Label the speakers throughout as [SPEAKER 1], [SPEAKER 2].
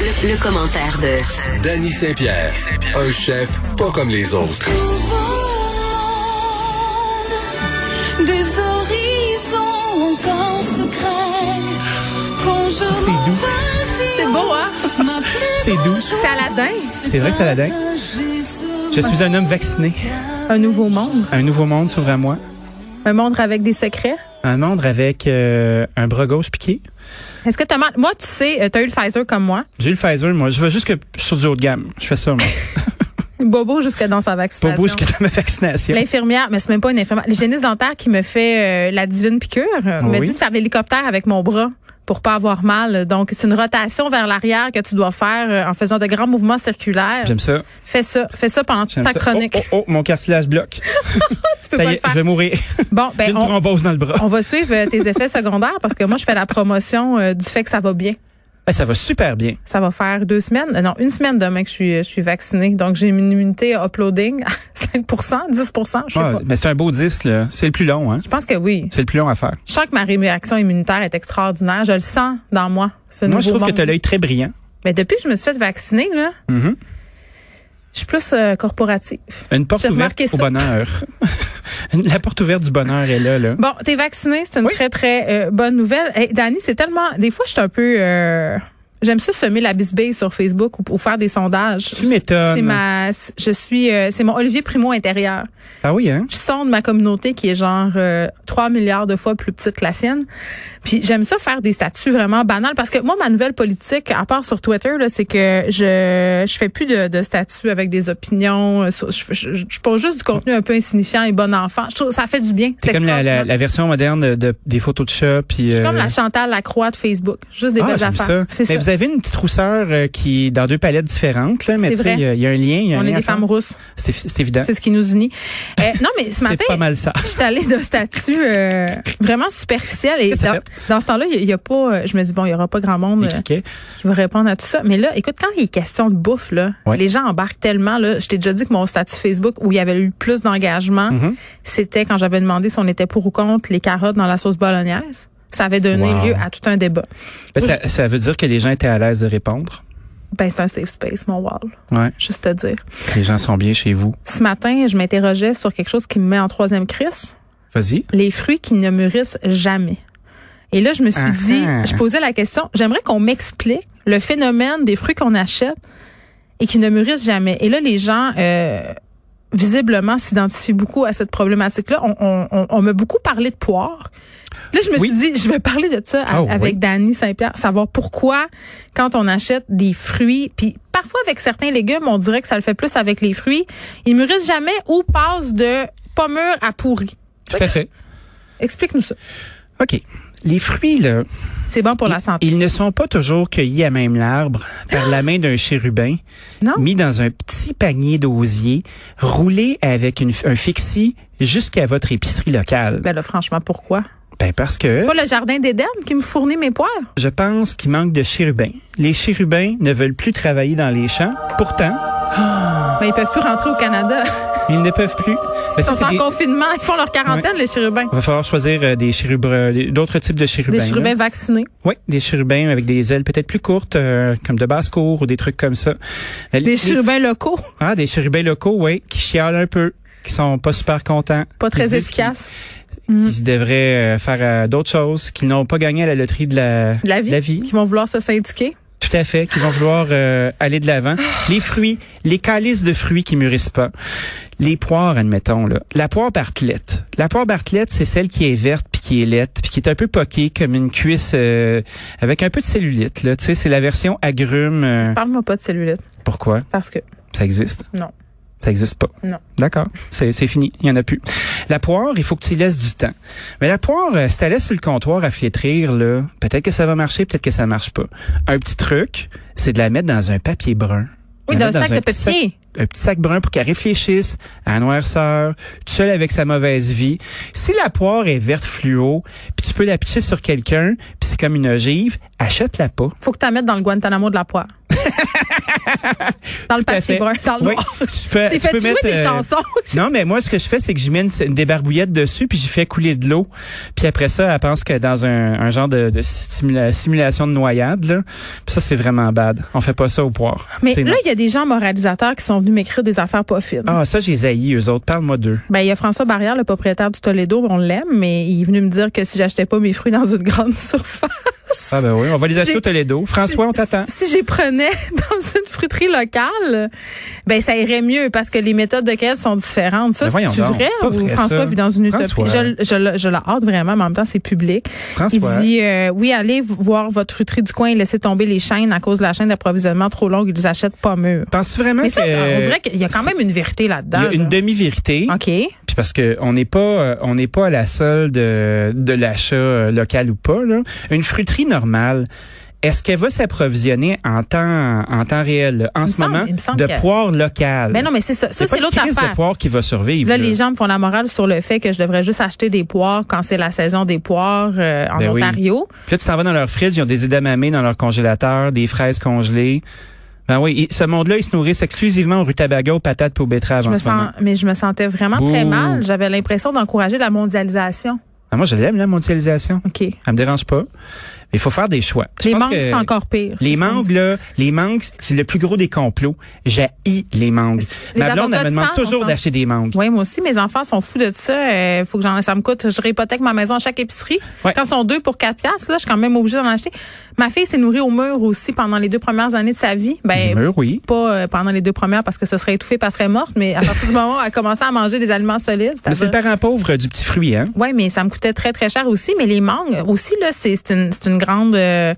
[SPEAKER 1] Le, le commentaire de
[SPEAKER 2] Danny Saint-Pierre, un chef pas comme les autres.
[SPEAKER 3] monde, des horizons encore secrets. Quand je
[SPEAKER 4] C'est
[SPEAKER 3] m'en vais,
[SPEAKER 4] doux.
[SPEAKER 5] C'est beau, hein?
[SPEAKER 3] ma plus
[SPEAKER 4] C'est doux.
[SPEAKER 5] C'est Aladdin.
[SPEAKER 4] C'est vrai, c'est la dingue.
[SPEAKER 3] partagée se
[SPEAKER 4] Je suis un homme vacciné.
[SPEAKER 5] Un nouveau monde.
[SPEAKER 4] Un nouveau monde s'ouvre à moi.
[SPEAKER 5] Un monde avec des secrets.
[SPEAKER 4] Un monde avec euh, un bras gauche piqué.
[SPEAKER 5] Est-ce que t'as man- Moi, tu sais, tu as eu le Pfizer comme moi.
[SPEAKER 4] J'ai eu le Pfizer, moi. Je vais juste que sur du haut de gamme. Je fais ça, moi.
[SPEAKER 5] Bobo jusque dans sa
[SPEAKER 4] Pas
[SPEAKER 5] vaccination.
[SPEAKER 4] beau ce que dans ma vaccination.
[SPEAKER 5] L'infirmière, mais c'est même pas une infirmière. L'hygiéniste dentaire qui me fait euh, la divine piqûre euh, me
[SPEAKER 4] Oui.
[SPEAKER 5] dit de faire l'hélicoptère avec mon bras pour pas avoir mal. Donc, c'est une rotation vers l'arrière que tu dois faire euh, en faisant de grands mouvements circulaires.
[SPEAKER 4] J'aime ça.
[SPEAKER 5] Fais ça. Fais ça pendant toute
[SPEAKER 4] J'aime
[SPEAKER 5] ta
[SPEAKER 4] ça. Oh,
[SPEAKER 5] chronique.
[SPEAKER 4] oh, oh, mon cartilage bloque.
[SPEAKER 5] tu peux
[SPEAKER 4] Ça
[SPEAKER 5] pas
[SPEAKER 4] y
[SPEAKER 5] le
[SPEAKER 4] est, je vais
[SPEAKER 5] faire.
[SPEAKER 4] mourir.
[SPEAKER 5] Bon,
[SPEAKER 4] J'ai
[SPEAKER 5] ben,
[SPEAKER 4] une
[SPEAKER 5] on,
[SPEAKER 4] thrombose dans le bras.
[SPEAKER 5] on va suivre euh, tes effets secondaires parce que moi, je fais la promotion euh, du fait que ça va bien.
[SPEAKER 4] Eh, ça va super bien.
[SPEAKER 5] Ça va faire deux semaines, euh, non, une semaine demain que je suis, euh, je suis vaccinée. Donc, j'ai une immunité à uploading à 5 10 je sais
[SPEAKER 4] Ah,
[SPEAKER 5] pas.
[SPEAKER 4] mais c'est un beau 10, là. C'est le plus long, hein.
[SPEAKER 5] Je pense que oui.
[SPEAKER 4] C'est le plus long à faire.
[SPEAKER 5] Je sens que ma réaction immunitaire est extraordinaire. Je le sens dans moi, ce
[SPEAKER 4] Moi,
[SPEAKER 5] nouveau
[SPEAKER 4] je trouve que
[SPEAKER 5] monde.
[SPEAKER 4] tu as l'œil très brillant.
[SPEAKER 5] Mais depuis que je me suis fait vacciner, là,
[SPEAKER 4] Mhm.
[SPEAKER 5] je suis plus euh, corporative.
[SPEAKER 4] Une porte
[SPEAKER 5] J'ai
[SPEAKER 4] ouverte
[SPEAKER 5] remarqué ça.
[SPEAKER 4] au bonheur. La porte ouverte du bonheur est là, là.
[SPEAKER 5] Bon, t'es vacciné, c'est une
[SPEAKER 4] Oui.
[SPEAKER 5] très, très euh, bonne nouvelle. Hey, Dani, c'est tellement... Des fois, je suis un peu... euh, J'aime ça semer la bisbille sur Facebook ou, ou faire des sondages.
[SPEAKER 4] Tu m'étonnes.
[SPEAKER 5] C'est ma... Je suis... euh, c'est mon Olivier Primo intérieur.
[SPEAKER 4] Ah oui, hein?
[SPEAKER 5] je sonde ma communauté qui est genre euh, 3 milliards de fois plus petite que la sienne. Puis j'aime ça faire des statuts vraiment banales parce que moi, ma nouvelle politique, à part sur Twitter, là, c'est que je je fais plus de, de statuts avec des opinions. euh, sur- Je, je, je pose juste du contenu un peu insignifiant et bon enfant. Je trouve ça fait du bien.
[SPEAKER 4] C'est comme la, la-
[SPEAKER 5] extraordinaire.
[SPEAKER 4] la version moderne de, des photos de chats. Puis,
[SPEAKER 5] Je suis
[SPEAKER 4] euh,
[SPEAKER 5] comme la Chantal Lacroix de Facebook. Juste des
[SPEAKER 4] ah,
[SPEAKER 5] belles
[SPEAKER 4] j'aime
[SPEAKER 5] affaires.
[SPEAKER 4] ça.
[SPEAKER 5] C'est
[SPEAKER 4] Mais
[SPEAKER 5] ça.
[SPEAKER 4] vous avez une petite rousseur euh, qui est dans deux palettes différentes, là, mais
[SPEAKER 5] C'est
[SPEAKER 4] tu
[SPEAKER 5] vrai.
[SPEAKER 4] sais, il y a- il y, a un lien. il y a un
[SPEAKER 5] On
[SPEAKER 4] lien
[SPEAKER 5] est
[SPEAKER 4] à
[SPEAKER 5] des
[SPEAKER 4] faire.
[SPEAKER 5] femmes rousses.
[SPEAKER 4] C'est c'est évident.
[SPEAKER 5] C'est ce qui nous unit. Euh, non, mais ce
[SPEAKER 4] C'est
[SPEAKER 5] matin,
[SPEAKER 4] pas mal ça.
[SPEAKER 5] Je suis allée d'un statut euh, vraiment superficiel et
[SPEAKER 4] Qu'est-ce que t'as
[SPEAKER 5] dans, dans ce temps-là, il y a- il y, a pas. euh, Je me dis bon, il y aura pas grand monde
[SPEAKER 4] Des
[SPEAKER 5] euh,
[SPEAKER 4] criquets.
[SPEAKER 5] qui va répondre à tout ça. Mais là, écoute, quand il est question de bouffe là,
[SPEAKER 4] Ouais.
[SPEAKER 5] les gens embarquent tellement là. Je t'ai déjà dit que mon statut Facebook où il y avait eu le plus d'engagement,
[SPEAKER 4] Mhm.
[SPEAKER 5] c'était quand j'avais demandé si on était pour ou contre les carottes dans la sauce bolognaise. Ça avait donné
[SPEAKER 4] Wow.
[SPEAKER 5] lieu à tout un débat.
[SPEAKER 4] Ben, ça, ça veut dire que les gens étaient à l'aise de répondre.
[SPEAKER 5] Ben c'est un safe space, mon wall.
[SPEAKER 4] Ouais.
[SPEAKER 5] Juste te dire.
[SPEAKER 4] Les gens sont bien chez vous.
[SPEAKER 5] Ce matin, je m'interrogeais sur quelque chose qui me met en troisième crise.
[SPEAKER 4] Vas-y.
[SPEAKER 5] les fruits qui ne mûrissent jamais. Et là, je me suis
[SPEAKER 4] Ah
[SPEAKER 5] dit,
[SPEAKER 4] ah.
[SPEAKER 5] je posais la question, j'aimerais qu'on m'explique le phénomène des fruits qu'on achète et qui ne mûrissent jamais. Et là, les gens, euh, visiblement, s'identifient beaucoup à cette problématique-là. On, on, on, on m'a beaucoup parlé de poire. Là, je me
[SPEAKER 4] Oui.
[SPEAKER 5] suis dit, je vais parler de ça à-
[SPEAKER 4] Oh,
[SPEAKER 5] avec
[SPEAKER 4] oui.
[SPEAKER 5] Dany Saint-Pierre, savoir pourquoi, quand on achète des fruits, puis parfois avec certains légumes, on dirait que ça le fait plus avec les fruits, ils mûrissent jamais ou passent de pas mûrs à pourris.
[SPEAKER 4] Tout à fait.
[SPEAKER 5] Explique-nous ça.
[SPEAKER 4] OK. Les fruits, là,
[SPEAKER 5] C'est bon pour la santé.
[SPEAKER 4] ils ne sont pas toujours cueillis à même l'arbre par la main d'un chérubin,
[SPEAKER 5] Non.
[SPEAKER 4] mis dans un petit panier d'osier, roulé avec une- un fixie jusqu'à votre épicerie locale.
[SPEAKER 5] Ben là, franchement, pourquoi?
[SPEAKER 4] Ben, parce que...
[SPEAKER 5] C'est pas le jardin d'Éden qui me fournit mes poires?
[SPEAKER 4] Je pense qu'il manque de chérubins. Les chérubins ne veulent plus travailler dans les champs. Pourtant,
[SPEAKER 5] Ben, ils peuvent plus rentrer au Canada.
[SPEAKER 4] ils ne peuvent plus. Mais
[SPEAKER 5] Ils
[SPEAKER 4] ça,
[SPEAKER 5] sont
[SPEAKER 4] c'est
[SPEAKER 5] en
[SPEAKER 4] des-
[SPEAKER 5] confinement. Ils font leur quarantaine, les chérubins.
[SPEAKER 4] Il va falloir choisir euh, des chérubins, euh, d'autres types de
[SPEAKER 5] Des
[SPEAKER 4] chérubins. là.
[SPEAKER 5] chérubins vaccinés.
[SPEAKER 4] Oui, des chérubins avec des ailes peut-être plus courtes, euh, comme de basse cour ou des trucs comme ça. Euh, les-
[SPEAKER 5] Des chérubins locaux.
[SPEAKER 4] Ah, des chérubins locaux, oui, qui chialent un peu, qui sont pas super contents.
[SPEAKER 5] Pas
[SPEAKER 4] Ils
[SPEAKER 5] très
[SPEAKER 4] disent qu'ils-
[SPEAKER 5] efficaces.
[SPEAKER 4] Ils devraient euh, faire euh, d'autres choses, qu'ils n'ont pas gagné à la loterie de la,
[SPEAKER 5] De la vie.
[SPEAKER 4] La vie.
[SPEAKER 5] Qui vont vouloir se syndiquer.
[SPEAKER 4] Tout à fait, qui vont vouloir euh, aller de l'avant. Les fruits, les calices de fruits qui mûrissent pas. Les poires, admettons, là. La poire Bartlett. La poire Bartlett, c'est celle qui est verte puis qui est lette puis qui est un peu poquée comme une cuisse euh, avec un peu de cellulite, là. Tu sais, c'est la version agrume. euh,
[SPEAKER 5] Parle-moi pas de cellulite.
[SPEAKER 4] pourquoi?
[SPEAKER 5] Parce que,
[SPEAKER 4] Ça existe?
[SPEAKER 5] non.
[SPEAKER 4] Ça n'existe pas.
[SPEAKER 5] Non.
[SPEAKER 4] D'accord. C'est c'est fini. Il n'y en a plus. La poire, il faut que tu y laisses du temps. Mais la poire, euh, si tu la laisses sur le comptoir à flétrir, là, peut-être que ça va marcher, peut-être que ça marche pas. Un petit truc, c'est de la mettre dans un papier brun.
[SPEAKER 5] Oui,
[SPEAKER 4] La
[SPEAKER 5] dans un
[SPEAKER 4] mettre
[SPEAKER 5] sac de
[SPEAKER 4] petit
[SPEAKER 5] papier.
[SPEAKER 4] un petit sac brun pour qu'elle réfléchisse à la noirceur, toute seule avec sa mauvaise vie. Si la poire est verte fluo, puis tu peux la pitcher sur quelqu'un, puis c'est comme une ogive, achète-la pas.
[SPEAKER 5] Faut que tu la mettes dans le Guantanamo de la poire. dans le
[SPEAKER 4] Tout à
[SPEAKER 5] papier
[SPEAKER 4] fait.
[SPEAKER 5] brun, dans le
[SPEAKER 4] Oui,
[SPEAKER 5] noir.
[SPEAKER 4] Tu peux,
[SPEAKER 5] Ah Tu
[SPEAKER 4] tu
[SPEAKER 5] fais
[SPEAKER 4] peux
[SPEAKER 5] jouer
[SPEAKER 4] mettre,
[SPEAKER 5] des
[SPEAKER 4] euh,
[SPEAKER 5] chansons.
[SPEAKER 4] Non, mais moi, ce que je fais, c'est que j'y mets une, une débarbouillette dessus, puis j'y fais couler de l'eau. Puis après ça, elle pense que dans un, un genre de, de simula- simulation de noyade, là, puis ça, c'est vraiment bad. On fait pas ça aux poires.
[SPEAKER 5] Mais
[SPEAKER 4] C'est
[SPEAKER 5] là,
[SPEAKER 4] non.
[SPEAKER 5] il y a des gens moralisateurs qui sont venus m'écrire des affaires pas fines.
[SPEAKER 4] Ah, ça, j'ai haï, eux autres. Parle-moi d'eux.
[SPEAKER 5] Ben, il y a François Barrière, le propriétaire du Toledo, on l'aime, mais il est venu me dire que si j'achetais pas mes fruits dans une grande surface.
[SPEAKER 4] Ah ben oui, on va les acheter
[SPEAKER 5] J'ai-
[SPEAKER 4] au Toledo. François, on t'attend.
[SPEAKER 5] Si j'y prenais dans une fruiterie locale, ben ça irait mieux parce que les méthodes de cueillette sont différentes. Ça,
[SPEAKER 4] Mais
[SPEAKER 5] c'est
[SPEAKER 4] voyons donc,
[SPEAKER 5] vrai
[SPEAKER 4] pas
[SPEAKER 5] ou
[SPEAKER 4] vrai,
[SPEAKER 5] François
[SPEAKER 4] ça.
[SPEAKER 5] vit dans une utopie?
[SPEAKER 4] François.
[SPEAKER 5] Je, l- je, le- je la hâte vraiment, mais en même temps, c'est public.
[SPEAKER 4] François.
[SPEAKER 5] Il dit, euh, oui, allez voir votre fruiterie du coin et laissez tomber les chaînes à cause de la chaîne d'approvisionnement trop longue. Ils les achètent pas mûrs.
[SPEAKER 4] Penses-tu vraiment
[SPEAKER 5] Mais
[SPEAKER 4] que...
[SPEAKER 5] ça, ça, on dirait qu'il y a quand même une vérité
[SPEAKER 4] Il
[SPEAKER 5] là-dedans.
[SPEAKER 4] y a une
[SPEAKER 5] là.
[SPEAKER 4] demi-vérité,
[SPEAKER 5] OK.
[SPEAKER 4] puis parce que on n'est pas euh, on n'est pas à la solde euh, de l'achat euh, local ou pas là. Une fruiterie normale, est-ce qu'elle va s'approvisionner en temps en temps réel là, en
[SPEAKER 5] me
[SPEAKER 4] ce
[SPEAKER 5] semble-
[SPEAKER 4] moment
[SPEAKER 5] il me semble
[SPEAKER 4] de
[SPEAKER 5] que-
[SPEAKER 4] poire locale
[SPEAKER 5] Mais Ben non, mais c'est ça. Ça,
[SPEAKER 4] Y a
[SPEAKER 5] c'est
[SPEAKER 4] pas de
[SPEAKER 5] l'autre
[SPEAKER 4] crise
[SPEAKER 5] affaire.
[SPEAKER 4] de poire qui va survivre.
[SPEAKER 5] Là,
[SPEAKER 4] là.
[SPEAKER 5] les gens me font la morale sur le fait que je devrais juste acheter des poires quand c'est la saison des poires euh, en
[SPEAKER 4] Ben oui.
[SPEAKER 5] Ontario.
[SPEAKER 4] Puis là, tu t'en vas dans leur fridge, ils ont des edamame dans leur congélateur, des fraises congelées. Ben oui, et ce monde-là, ils se nourrissent exclusivement aux rutabagas, aux patates, puis aux betteraves
[SPEAKER 5] Je
[SPEAKER 4] en
[SPEAKER 5] me
[SPEAKER 4] ce moment.
[SPEAKER 5] sens, mais je me sentais vraiment
[SPEAKER 4] Bouh.
[SPEAKER 5] très mal. J'avais l'impression d'encourager la mondialisation.
[SPEAKER 4] Ah, moi, je l'aime la mondialisation.
[SPEAKER 5] OK.
[SPEAKER 4] Elle me dérange pas. Mais il faut faire des choix. Je
[SPEAKER 5] les
[SPEAKER 4] pense
[SPEAKER 5] manques,
[SPEAKER 4] que-
[SPEAKER 5] c'est encore pire. c'est
[SPEAKER 4] Les
[SPEAKER 5] ce qu'on dit.
[SPEAKER 4] mangues, là, les mangues, c'est le plus gros des complots. J'haïs les mangues.
[SPEAKER 5] Les
[SPEAKER 4] Ma blonde, elle
[SPEAKER 5] avocats
[SPEAKER 4] me
[SPEAKER 5] de
[SPEAKER 4] demande
[SPEAKER 5] sang,
[SPEAKER 4] toujours
[SPEAKER 5] on
[SPEAKER 4] d'acheter des mangues.
[SPEAKER 5] Oui, moi aussi, mes enfants sont fous de ça. Euh, faut que j'en ça me coûte. Je réhypothèque ma maison à chaque épicerie.
[SPEAKER 4] Ouais.
[SPEAKER 5] Quand ils sont deux pour quatre piastres, là, je suis quand même obligée d'en acheter. Ma fille s'est nourrie au mur aussi pendant les deux premières années de sa vie.
[SPEAKER 4] Des
[SPEAKER 5] Ben,
[SPEAKER 4] murs, oui.
[SPEAKER 5] pas euh, pendant les deux premières parce que ce serait étouffé, parce qu'elle serait morte, mais à partir du moment où elle commençait à manger des aliments solides,
[SPEAKER 4] Mais c'est le parent pauvre du petit fruit, hein?
[SPEAKER 5] Oui, mais ça me coûtait très, très cher aussi. Mais les mangues aussi, là, c'est c'est une, c'est une grande. euh,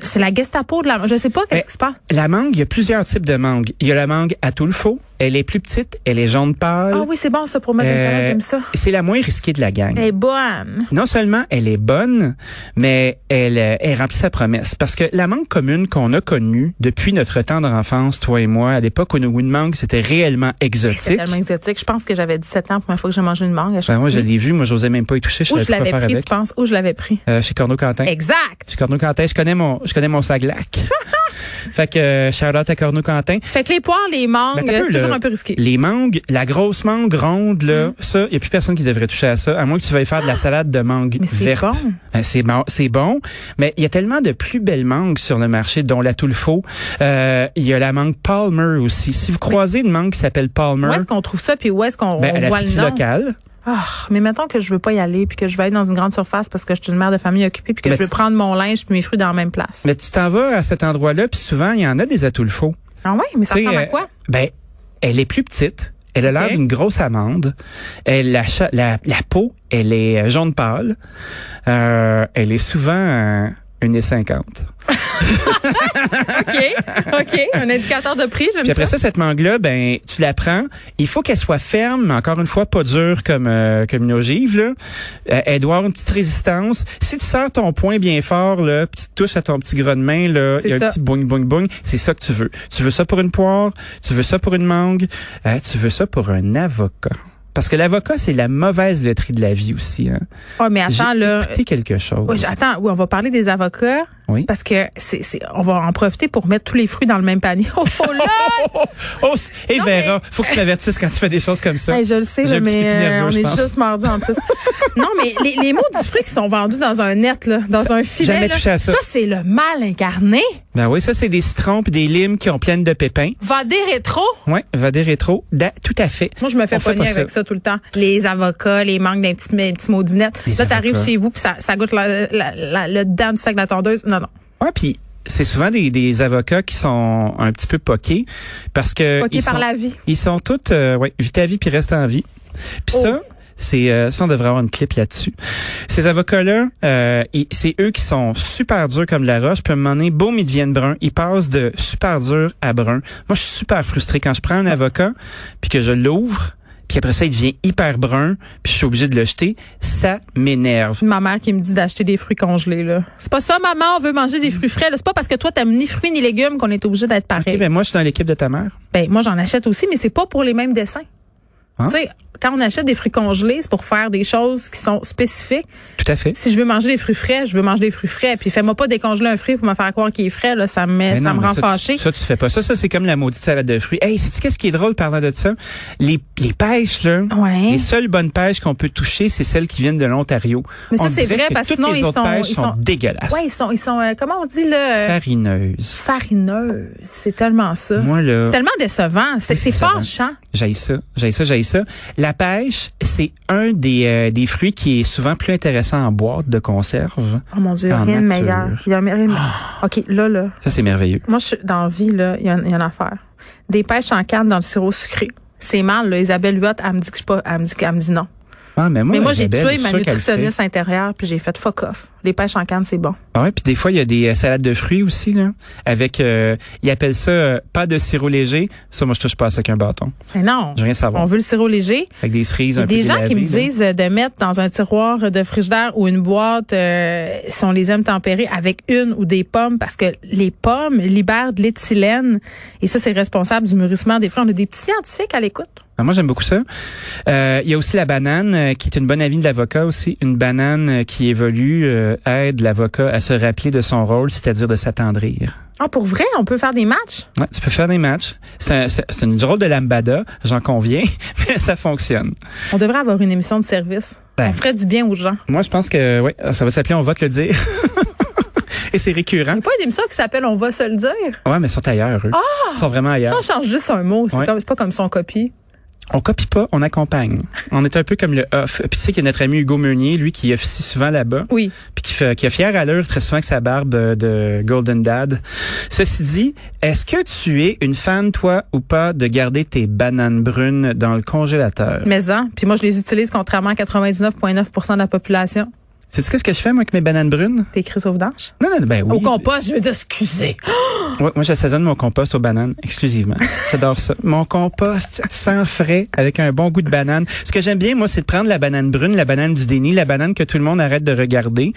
[SPEAKER 5] c'est la Gestapo de la. Je sais pas qu'est-ce
[SPEAKER 4] Mais-
[SPEAKER 5] qui se passe.
[SPEAKER 4] La mangue, il y a plusieurs types de mangues. Il y a la mangue à tout le faux. Elle est plus petite, elle est jaune pâle.
[SPEAKER 5] Ah oui, c'est bon, ça, pour mettre une
[SPEAKER 4] Euh,
[SPEAKER 5] salade, j'aime ça. Eh
[SPEAKER 4] C'est la moins risquée de la gang.
[SPEAKER 5] Elle est bonne.
[SPEAKER 4] Non seulement elle est bonne, mais elle, euh, elle remplit sa promesse. Parce que la mangue commune qu'on a connue depuis notre tendre enfance, toi et moi, à l'époque où nous- où une mangue, c'était réellement
[SPEAKER 5] C'est
[SPEAKER 4] exotique.
[SPEAKER 5] tellement exotique. Je pense que j'avais 17 ans la première fois que j'ai mangé une mangue.
[SPEAKER 4] Ben, moi, je l'ai vu, moi, j'osais même pas y toucher. Je
[SPEAKER 5] Où
[SPEAKER 4] savais
[SPEAKER 5] je
[SPEAKER 4] plus quoi
[SPEAKER 5] l'avais
[SPEAKER 4] faire
[SPEAKER 5] pris,
[SPEAKER 4] avec.
[SPEAKER 5] tu penses? Où je l'avais pris?
[SPEAKER 4] Euh, chez Corneau Quentin.
[SPEAKER 5] Exact.
[SPEAKER 4] Chez Corneau Quentin, je connais mon, je connais mon saglac. fait que, euh, shout out à Corneau Quentin.
[SPEAKER 5] Fait que les poires, les mangues,
[SPEAKER 4] Ben, t'as peu,
[SPEAKER 5] c'est
[SPEAKER 4] là.
[SPEAKER 5] toujours un peu risqué. Mm.
[SPEAKER 4] Les mangues, la grosse mangue ronde, là, ça, il a plus personne qui devrait toucher à ça, à moins que tu veuilles faire de la salade de mangue
[SPEAKER 5] Ah! Mais c'est
[SPEAKER 4] verte.
[SPEAKER 5] bon.
[SPEAKER 4] Ben, c'est bon, c'est bon, mais il y a tellement de plus belles mangues sur le marché, dont la Toulefaux. Euh, Il y a la mangue Palmer aussi. Si vous croisez une mangue qui s'appelle Palmer,
[SPEAKER 5] Où est-ce qu'on trouve ça puis où est-ce qu'on
[SPEAKER 4] ben,
[SPEAKER 5] on
[SPEAKER 4] à la
[SPEAKER 5] voit le
[SPEAKER 4] fruiterie
[SPEAKER 5] nom?
[SPEAKER 4] locale,
[SPEAKER 5] Ah, mais mettons que je veux pas y aller puis que je vais aller dans une grande surface parce que je suis une mère de famille occupée puis que
[SPEAKER 4] Ben,
[SPEAKER 5] je veux
[SPEAKER 4] tu-
[SPEAKER 5] prendre mon linge puis mes fruits dans la même place.
[SPEAKER 4] mais tu t'en vas à cet endroit-là, puis souvent, il y en a des à Toulefaux.
[SPEAKER 5] Ah ouais, mais ça
[SPEAKER 4] Tu sais,
[SPEAKER 5] ressemble à
[SPEAKER 4] euh,
[SPEAKER 5] quoi?
[SPEAKER 4] Ben, elle est plus petite. Elle a l'air
[SPEAKER 5] Ok.
[SPEAKER 4] d'une grosse amande. Elle, la, cha- la, la peau, elle est euh, jaune pâle. Euh, elle est souvent euh, une et cinquante.
[SPEAKER 5] OK, OK, un indicateur de prix, j'aime
[SPEAKER 4] Puis après
[SPEAKER 5] ça.
[SPEAKER 4] ça, cette mangue-là, ben, tu la prends. Il faut qu'elle soit ferme, mais encore une fois, pas dure comme, euh, comme une ogive. Là. Euh, elle doit avoir une petite résistance. Si tu sers ton poing bien fort, là, puis tu touches à ton petit gras de main, là,
[SPEAKER 5] C'est
[SPEAKER 4] il y a
[SPEAKER 5] ça.
[SPEAKER 4] un petit boing, boing, boing. C'est ça que tu veux. Tu veux ça pour une poire, tu veux ça pour une mangue, euh, tu veux ça pour un avocat. Parce que l'avocat, c'est la mauvaise loterie de la vie aussi. Hein.
[SPEAKER 5] Ouais, Oh, mais
[SPEAKER 4] J'ai
[SPEAKER 5] attends là.
[SPEAKER 4] écouté quelque chose.
[SPEAKER 5] Oui, j- attends, oui, on va parler des avocats.
[SPEAKER 4] Oui.
[SPEAKER 5] Parce que c'est, c'est- on va en profiter pour mettre tous les fruits dans le même panier. Oh là!
[SPEAKER 4] Oh, c- et
[SPEAKER 5] Non,
[SPEAKER 4] Vera,
[SPEAKER 5] mais-
[SPEAKER 4] faut que tu m'avertisses quand tu fais des choses comme ça.
[SPEAKER 5] Hey, je le sais,
[SPEAKER 4] J'ai
[SPEAKER 5] là,
[SPEAKER 4] un petit
[SPEAKER 5] mais
[SPEAKER 4] pipi
[SPEAKER 5] euh,
[SPEAKER 4] nerveux,
[SPEAKER 5] on
[SPEAKER 4] je
[SPEAKER 5] est
[SPEAKER 4] pense.
[SPEAKER 5] juste mardi en plus. non, mais les, les mots du fruit qui sont vendus dans un net, là, dans un filet.
[SPEAKER 4] jamais
[SPEAKER 5] là,
[SPEAKER 4] touché à ça.
[SPEAKER 5] c'est le mal incarné.
[SPEAKER 4] Ben oui, ça, c'est des citrons pis des limes qui ont pleines de pépins.
[SPEAKER 5] Va des rétro.
[SPEAKER 4] Oui, Vadé Rétro, da- tout à fait.
[SPEAKER 5] Moi, je me fais
[SPEAKER 4] On fait
[SPEAKER 5] pogner
[SPEAKER 4] pas ça.
[SPEAKER 5] avec ça. tout le temps. Les avocats, les mangues d'un petit, mes petits maudinettes.
[SPEAKER 4] Les
[SPEAKER 5] Là, t'arrives
[SPEAKER 4] avocats.
[SPEAKER 5] chez vous, puis ça, ça goûte la- la- la- le dedans du sac de la tondeuse. Non, non.
[SPEAKER 4] Ouais, puis c'est souvent des, des avocats qui sont un petit peu poqués parce que
[SPEAKER 5] OK
[SPEAKER 4] ils
[SPEAKER 5] par
[SPEAKER 4] sont, euh,
[SPEAKER 5] la vie.
[SPEAKER 4] ils sont tous euh, ouais, vite à vie puis restent en vie. Puis
[SPEAKER 5] Oh.
[SPEAKER 4] ça, C'est euh, ça, on devrait avoir une clip là-dessus. Ces avocats-là, euh, ils- c'est eux qui sont super durs comme de la roche. Puis à un moment donné, boum, ils deviennent bruns. Ils passent de super dur à brun. Moi, je suis super frustré quand je prends un avocat puis que je l'ouvre. Puis après ça, il devient hyper brun, puis je suis obligé de le jeter. Ça m'énerve.
[SPEAKER 5] Ma mère qui me dit d'acheter des fruits congelés, là. C'est pas ça, maman, on veut manger des fruits frais. là. C'est pas parce que toi, t'aimes ni fruits ni légumes qu'on est obligé d'être pareil.
[SPEAKER 4] Eh ben, moi, je suis dans l'équipe de ta mère.
[SPEAKER 5] Ben, moi, j'en achète aussi, mais c'est pas pour les mêmes dessins.
[SPEAKER 4] Hein?
[SPEAKER 5] Tu sais, quand on achète des fruits congelés, c'est pour faire des choses qui sont spécifiques.
[SPEAKER 4] Tout à fait.
[SPEAKER 5] Si je veux manger des fruits frais, je veux manger des fruits frais. Puis fais-moi pas décongeler un fruit pour me faire croire qu'il est frais, là. Ça me, met-
[SPEAKER 4] Ben
[SPEAKER 5] ça
[SPEAKER 4] non,
[SPEAKER 5] me
[SPEAKER 4] mais
[SPEAKER 5] rend
[SPEAKER 4] tu-
[SPEAKER 5] fâchée.
[SPEAKER 4] Ça, tu fais pas ça. Ça, c'est comme la maudite salade de fruits. Hey, sais-tu qu'est-ce qui est drôle parlant de ça? Les, les pêches, là.
[SPEAKER 5] Ouais.
[SPEAKER 4] Les seules bonnes pêches qu'on peut toucher, c'est celles qui viennent de l'Ontario.
[SPEAKER 5] Mais ça,
[SPEAKER 4] On
[SPEAKER 5] c'est
[SPEAKER 4] dirait
[SPEAKER 5] vrai,
[SPEAKER 4] que
[SPEAKER 5] parce que
[SPEAKER 4] toutes
[SPEAKER 5] sinon,
[SPEAKER 4] les
[SPEAKER 5] ils sont-
[SPEAKER 4] autres pêches
[SPEAKER 5] ils
[SPEAKER 4] sont,
[SPEAKER 5] sont-
[SPEAKER 4] dégueulasses.
[SPEAKER 5] Ouais, ils sont, ils sont, euh, comment on dit, là? euh,
[SPEAKER 4] Farineuses.
[SPEAKER 5] farineux. C'est tellement ça.
[SPEAKER 4] Moi, là.
[SPEAKER 5] C'est tellement décevant. C'est c'est
[SPEAKER 4] Oui, c'est décevant.
[SPEAKER 5] fâchant.
[SPEAKER 4] J'aille ça, j'aille ça, j'aille ça. La pêche, c'est un des, euh, des fruits qui est souvent plus intéressant en boîte de conserve.
[SPEAKER 5] Oh mon Dieu,
[SPEAKER 4] En
[SPEAKER 5] rien de
[SPEAKER 4] nature.
[SPEAKER 5] meilleur. Il y a rien de- OK, là, là.
[SPEAKER 4] Ça, c'est merveilleux.
[SPEAKER 5] Moi, je suis dans la vie, là, il y, a il y a une affaire. Des pêches en canne dans le sirop sucré. C'est mal, là. Isabelle Huot, elle me dit que je suis pas, elle me dit, elle me dit non.
[SPEAKER 4] Ah, mais moi,
[SPEAKER 5] Mais moi, j'ai
[SPEAKER 4] Isabelle,
[SPEAKER 5] tué
[SPEAKER 4] je suis
[SPEAKER 5] ma
[SPEAKER 4] sûr qu'elle le fait.
[SPEAKER 5] nutritionniste intérieure, puis j'ai fait fuck off. Les pêches en canne, c'est bon.
[SPEAKER 4] Ah ouais, puis des fois il y a des euh, salades de fruits aussi là, avec euh, ils appellent ça euh, pas de sirop léger. Ça moi je touche pas à ça qu'un bâton.
[SPEAKER 5] Mais non.
[SPEAKER 4] Je veux rien savoir.
[SPEAKER 5] On veut le sirop léger.
[SPEAKER 4] Avec des cerises
[SPEAKER 5] Il y
[SPEAKER 4] un
[SPEAKER 5] a
[SPEAKER 4] peu
[SPEAKER 5] des gens qui me
[SPEAKER 4] délavées, là.
[SPEAKER 5] disent euh, de mettre dans un tiroir de frigidaire ou une boîte, euh, si on les aime tempérés, avec une ou des pommes, parce que les pommes libèrent de l'éthylène. Et ça, c'est responsable du mûrissement des fruits. On a des petits scientifiques à l'écoute.
[SPEAKER 4] Ah, moi j'aime beaucoup ça. Euh, Il y a aussi la banane euh, qui est une bonne amie de l'avocat aussi, une banane euh, qui évolue euh, aide l'avocat à se rappeler de son rôle, c'est-à-dire de s'attendrir.
[SPEAKER 5] Ah, pour vrai, on peut faire des matchs?
[SPEAKER 4] Ouais, tu peux faire des matchs. C'est un- c'est- c'est une drôle de lambada, j'en conviens, mais ça fonctionne.
[SPEAKER 5] On devrait avoir une émission de service.
[SPEAKER 4] Ben.
[SPEAKER 5] On ferait du bien aux gens.
[SPEAKER 4] Moi je pense que ouais, ça va s'appeler on va te le dire. Et c'est récurrent.
[SPEAKER 5] Il n'y a pas une émission qui s'appelle On va se le dire.
[SPEAKER 4] Ouais, mais ils sont ailleurs eux. Ils sont vraiment ailleurs.
[SPEAKER 5] Ça, on change juste un mot. C'est
[SPEAKER 4] Ouais.
[SPEAKER 5] comme- c'est pas comme si on copie.
[SPEAKER 4] On copie pas, on accompagne. On est un peu comme le off. Puis tu sais qu'il y a notre ami Hugo Meunier, lui, qui officie souvent là-bas,
[SPEAKER 5] Oui.
[SPEAKER 4] puis qui, fait, qui a fière allure très souvent avec sa barbe euh, de Golden Dad. Ceci dit, est-ce que tu es une fan, toi, ou pas, de garder tes bananes brunes dans le congélateur?
[SPEAKER 5] Mais en. Puis moi, je les utilise contrairement à 99,9 de la population.
[SPEAKER 4] Sais-tu qu'est-ce que je fais, moi, avec mes bananes brunes?
[SPEAKER 5] T'es écrit sauve
[SPEAKER 4] Non, non, ben oui.
[SPEAKER 5] Au compost, je veux dire, excusez.
[SPEAKER 4] Ouais, moi, j'assaisonne mon compost aux bananes exclusivement. J'adore ça. Mon compost sans frais, avec un bon goût de banane. Ce que j'aime bien, moi, c'est de prendre la banane brune, la banane du déni, la banane que tout le monde arrête de regarder.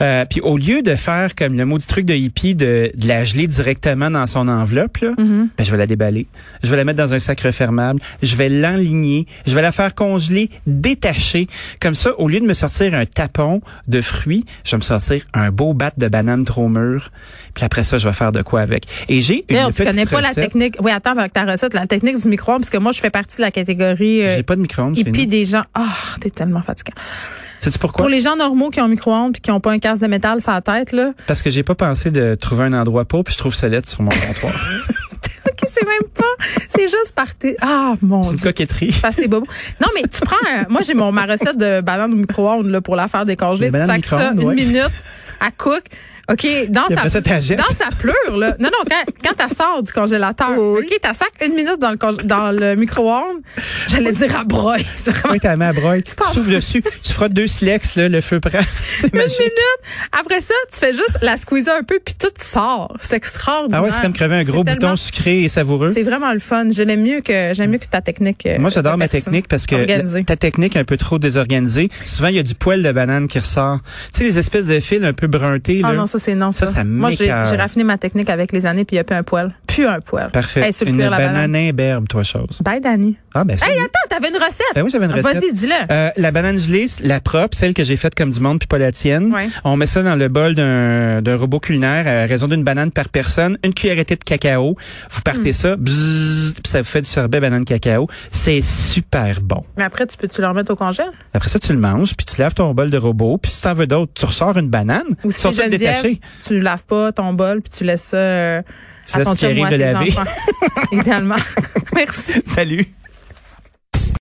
[SPEAKER 4] Euh, puis au lieu de faire comme le maudit truc de hippie, de, de la geler directement dans son enveloppe, là,
[SPEAKER 5] Mm-hmm.
[SPEAKER 4] ben, je vais la déballer. Je vais la mettre dans un sac refermable. Je vais l'enligner. Je vais la faire congeler, détacher. Comme ça, au lieu de me sortir un tapon de fruits, je vais me sortir un beau bat de banane trop mûre. Puis après ça, je vais faire de quoi avec. Et j'ai une
[SPEAKER 5] D'ailleurs, tu
[SPEAKER 4] petite
[SPEAKER 5] connais pas la
[SPEAKER 4] recette.
[SPEAKER 5] technique. Oui, attends, avec ta recette, la technique du micro-ondes, parce que moi, je fais partie de la catégorie euh,
[SPEAKER 4] J'ai pas de micro-ondes chez
[SPEAKER 5] hippie
[SPEAKER 4] nous.
[SPEAKER 5] des gens. Ah, t'es tellement fatiguant.
[SPEAKER 4] Sais-tu pourquoi?
[SPEAKER 5] Pour les gens normaux qui ont un micro-ondes puis qui ont pas un casque de métal sur la tête, là,
[SPEAKER 4] Parce que j'ai pas pensé de trouver un endroit pour, puis je trouve ça lettre sur mon comptoir.
[SPEAKER 5] OK, c'est même pas. C'est juste parti. Ah, mon
[SPEAKER 4] C'est une
[SPEAKER 5] Dieu.
[SPEAKER 4] coquetterie.
[SPEAKER 5] Parce que t'es bobo. Non, mais tu prends. un- moi, j'ai mon ma recette de banane au micro-ondes là, pour la faire décongeler. Tu
[SPEAKER 4] Les bananes
[SPEAKER 5] sacs ça
[SPEAKER 4] micro-ondes,
[SPEAKER 5] une
[SPEAKER 4] ouais.
[SPEAKER 5] minute à cook. OK, dans
[SPEAKER 4] Et après
[SPEAKER 5] sa,
[SPEAKER 4] ça, t'achètes.
[SPEAKER 5] dans sa pleure, là. Non, non, quand, quand t'as sort du congélateur,
[SPEAKER 4] Oui, oui.
[SPEAKER 5] OK, t'as sac une minute dans le, congé- dans le micro-ondes, j'allais dire à broye. C'est vraiment
[SPEAKER 4] Oui, t'as la main à broye. Tu
[SPEAKER 5] pas-
[SPEAKER 4] souffles dessus, tu frottes deux silex, là, le feu prend. C'est
[SPEAKER 5] une
[SPEAKER 4] magique.
[SPEAKER 5] minute. Après ça, tu fais juste la squeezer un peu, puis tout sort. C'est extraordinaire.
[SPEAKER 4] Ah ouais, c'est comme crever un
[SPEAKER 5] C'est
[SPEAKER 4] gros
[SPEAKER 5] tellement-
[SPEAKER 4] bouton sucré et savoureux.
[SPEAKER 5] C'est vraiment le fun. Je l'aime mieux que j'aime mieux que ta technique. euh,
[SPEAKER 4] Moi, j'adore
[SPEAKER 5] de
[SPEAKER 4] ma
[SPEAKER 5] personne.
[SPEAKER 4] technique parce que
[SPEAKER 5] Organisée.
[SPEAKER 4] la- ta technique est un peu trop désorganisée. Souvent, il y a du poil de banane qui ressort. Tu sais, les espèces de fils un peu bruntés,
[SPEAKER 5] Ah
[SPEAKER 4] là.
[SPEAKER 5] non, ça c'est non. Ça,
[SPEAKER 4] Ça, ça
[SPEAKER 5] Moi, j'ai
[SPEAKER 4] m'écoeure.
[SPEAKER 5] j'ai raffiné ma technique avec les années, puis il n'y a plus un poil. Plus un poil.
[SPEAKER 4] Parfait.
[SPEAKER 5] Hey, sur le
[SPEAKER 4] une
[SPEAKER 5] cuir, la
[SPEAKER 4] banane,
[SPEAKER 5] banane.
[SPEAKER 4] imberbe, toi, chose.
[SPEAKER 5] Bye, Dani.
[SPEAKER 4] Ah, ben, ça.
[SPEAKER 5] Hey, attends, t'avais une recette.
[SPEAKER 4] Ben oui, j'avais une recette.
[SPEAKER 5] Vas-y, dis-le.
[SPEAKER 4] Euh, la banane gelée, la propre, celle que j'ai faite comme du monde puis pas la tienne.
[SPEAKER 5] Ouais.
[SPEAKER 4] On met ça dans le bol d'un d'un robot culinaire à raison d'une banane par personne, une cuillerée de cacao. Vous
[SPEAKER 5] Hmm.
[SPEAKER 4] partez ça, bzzz, puis ça vous fait du sorbet banane cacao. C'est super bon.
[SPEAKER 5] Mais après, tu peux-tu le remettre au congèle?
[SPEAKER 4] Après ça, tu le manges, puis tu laves ton bol de robot, puis si t'en veux d'autres, tu ressors une banane,
[SPEAKER 5] Ou si
[SPEAKER 4] sans te
[SPEAKER 5] t'es
[SPEAKER 4] le
[SPEAKER 5] Geneviève,
[SPEAKER 4] détacher.
[SPEAKER 5] Tu laves pas ton bol, puis tu laisses ça euh,
[SPEAKER 4] Tu
[SPEAKER 5] à
[SPEAKER 4] laisses
[SPEAKER 5] ton chum ou à
[SPEAKER 4] Pierre-Yves le
[SPEAKER 5] tes
[SPEAKER 4] laver.
[SPEAKER 5] enfants. Idéalement. Merci.
[SPEAKER 4] Salut.